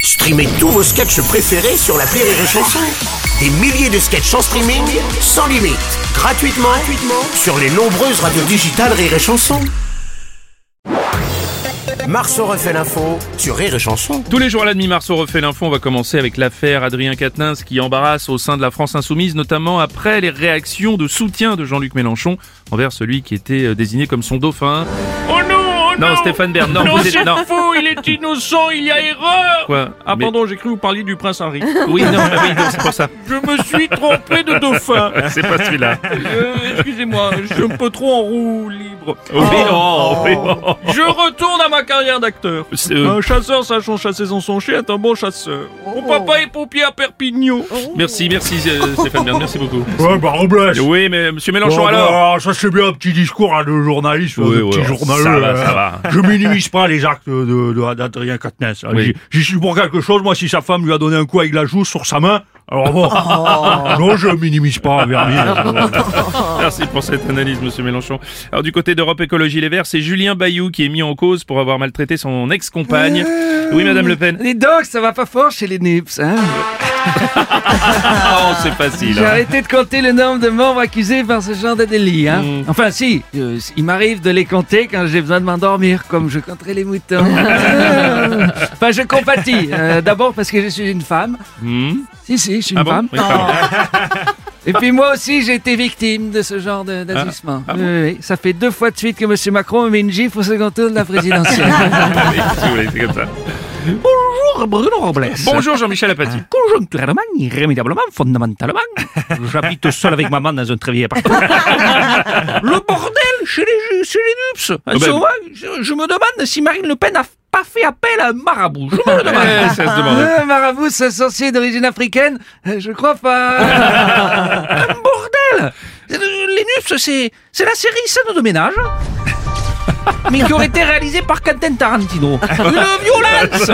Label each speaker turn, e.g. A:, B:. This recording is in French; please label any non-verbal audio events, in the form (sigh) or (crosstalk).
A: Streamez tous vos sketchs préférés sur la Rire et Chanson. Des milliers de sketchs en streaming, sans limite, gratuitement, gratuitement sur les nombreuses radios digitales Rire et Chanson. Marceau refait l'info sur Rire et Chanson.
B: Tous les jours à la demi-mars, on refait l'info. On va commencer avec l'affaire Adrien Quatennens qui embarrasse au sein de la France Insoumise, notamment après les réactions de soutien de Jean-Luc Mélenchon envers celui qui était euh, désigné comme son dauphin.
C: Oh non, oh
B: Non,
C: non
B: Stéphane Bern, non,
C: Non,
B: vous êtes-
C: c'est
B: non.
C: faux, il est innocent, il y a erreur
B: Quoi
C: Ah
B: Mais-
C: pardon, j'ai cru vous parliez du prince Henri.
B: (laughs) Oui, non, bah oui, non, c'est pour ça.
C: Je me suis trompé de dauphin.
B: C'est pas celui-là.
C: Euh, Excusez-moi, je suis un peu trop en roue libre.
B: Oui, oh, oui, oh.
C: Je retourne à ma carrière d'acteur.
B: C'est, euh,
C: Un chasseur sachant chasser sans son chien est un bon chasseur.
D: Oh.
C: Mon papa est pompier à Perpignan.
B: Merci, merci euh, Stéphane Bern, merci beaucoup.
E: Ouais, bah, Robles.
B: Oui, mais euh, monsieur
E: Bon,
B: Mélenchon
E: bah,
B: alors
E: alors, ça c'est bien un petit discours hein, de journaliste,
B: Oui,
E: de
B: oui,
E: petit
B: alors,
E: journaleux.
B: ça va,
E: euh,
B: ça va.
E: Je minimise pas les actes de- de- d'Adrien Quatennens. hein.
B: Oui.
E: J'y- J'y suis pour quelque chose, moi si sa femme lui a donné un coup avec la joue sur sa main, alors bon, non je minimise pas Vermin.
B: Merci pour cette analyse, monsieur Mélenchon. Alors, du côté d'Europe Écologie Les Verts, c'est Julien Bayou qui est mis en cause pour avoir maltraité son ex-compagne. Oui, madame Le Pen.
D: Les dogs, ça va pas fort chez les NIPS, hein
B: Ah, oh, c'est facile.
D: J'ai
B: hein.
D: arrêté de compter le nombre de membres accusés par ce genre de délit, hein
B: Mm.
D: Enfin, si, euh, il m'arrive de les compter quand j'ai besoin de m'endormir, comme je compterai
B: (laughs)
D: les moutons. enfin, je compatis. euh, D'abord parce que je suis une femme.
B: Hmm.
D: Si, si, je suis une
B: Ah bon
D: femme.
B: Oui, pardon.
D: Et puis moi aussi, j'ai été victime de ce genre de- d'agissement.
B: Ah bon
D: Oui, oui, Ça fait deux fois de suite que M. Macron me met une gifle au second tour de
F: (laughs)
D: la présidentielle.
B: Oui, si vous voulez, c'est comme ça.
F: Bonjour Bruno Robles.
B: Bonjour Jean-Michel Apathy.
F: Conjoncturellement, irrémédiablement, fondamentalement, j'habite seul avec maman dans un trévier
D: (laughs)
F: appartement. Le bordel chez les, chez les dupes. En
B: Oh ben-
F: ce moment, je, je me demande si Marine Le Pen n'a pas fait appel à un marabout. Je me le demande.
B: Eh, ça se demandait.
D: Euh, marabout, ce sorcier d'origine africaine, euh, je crois pas.
F: (laughs) Un bordel Euh, Les Nupes, c'est, c'est la série Scène de
D: (laughs)
F: ménage. Mais qui aurait été réalisée par Quentin Tarantino. Une violence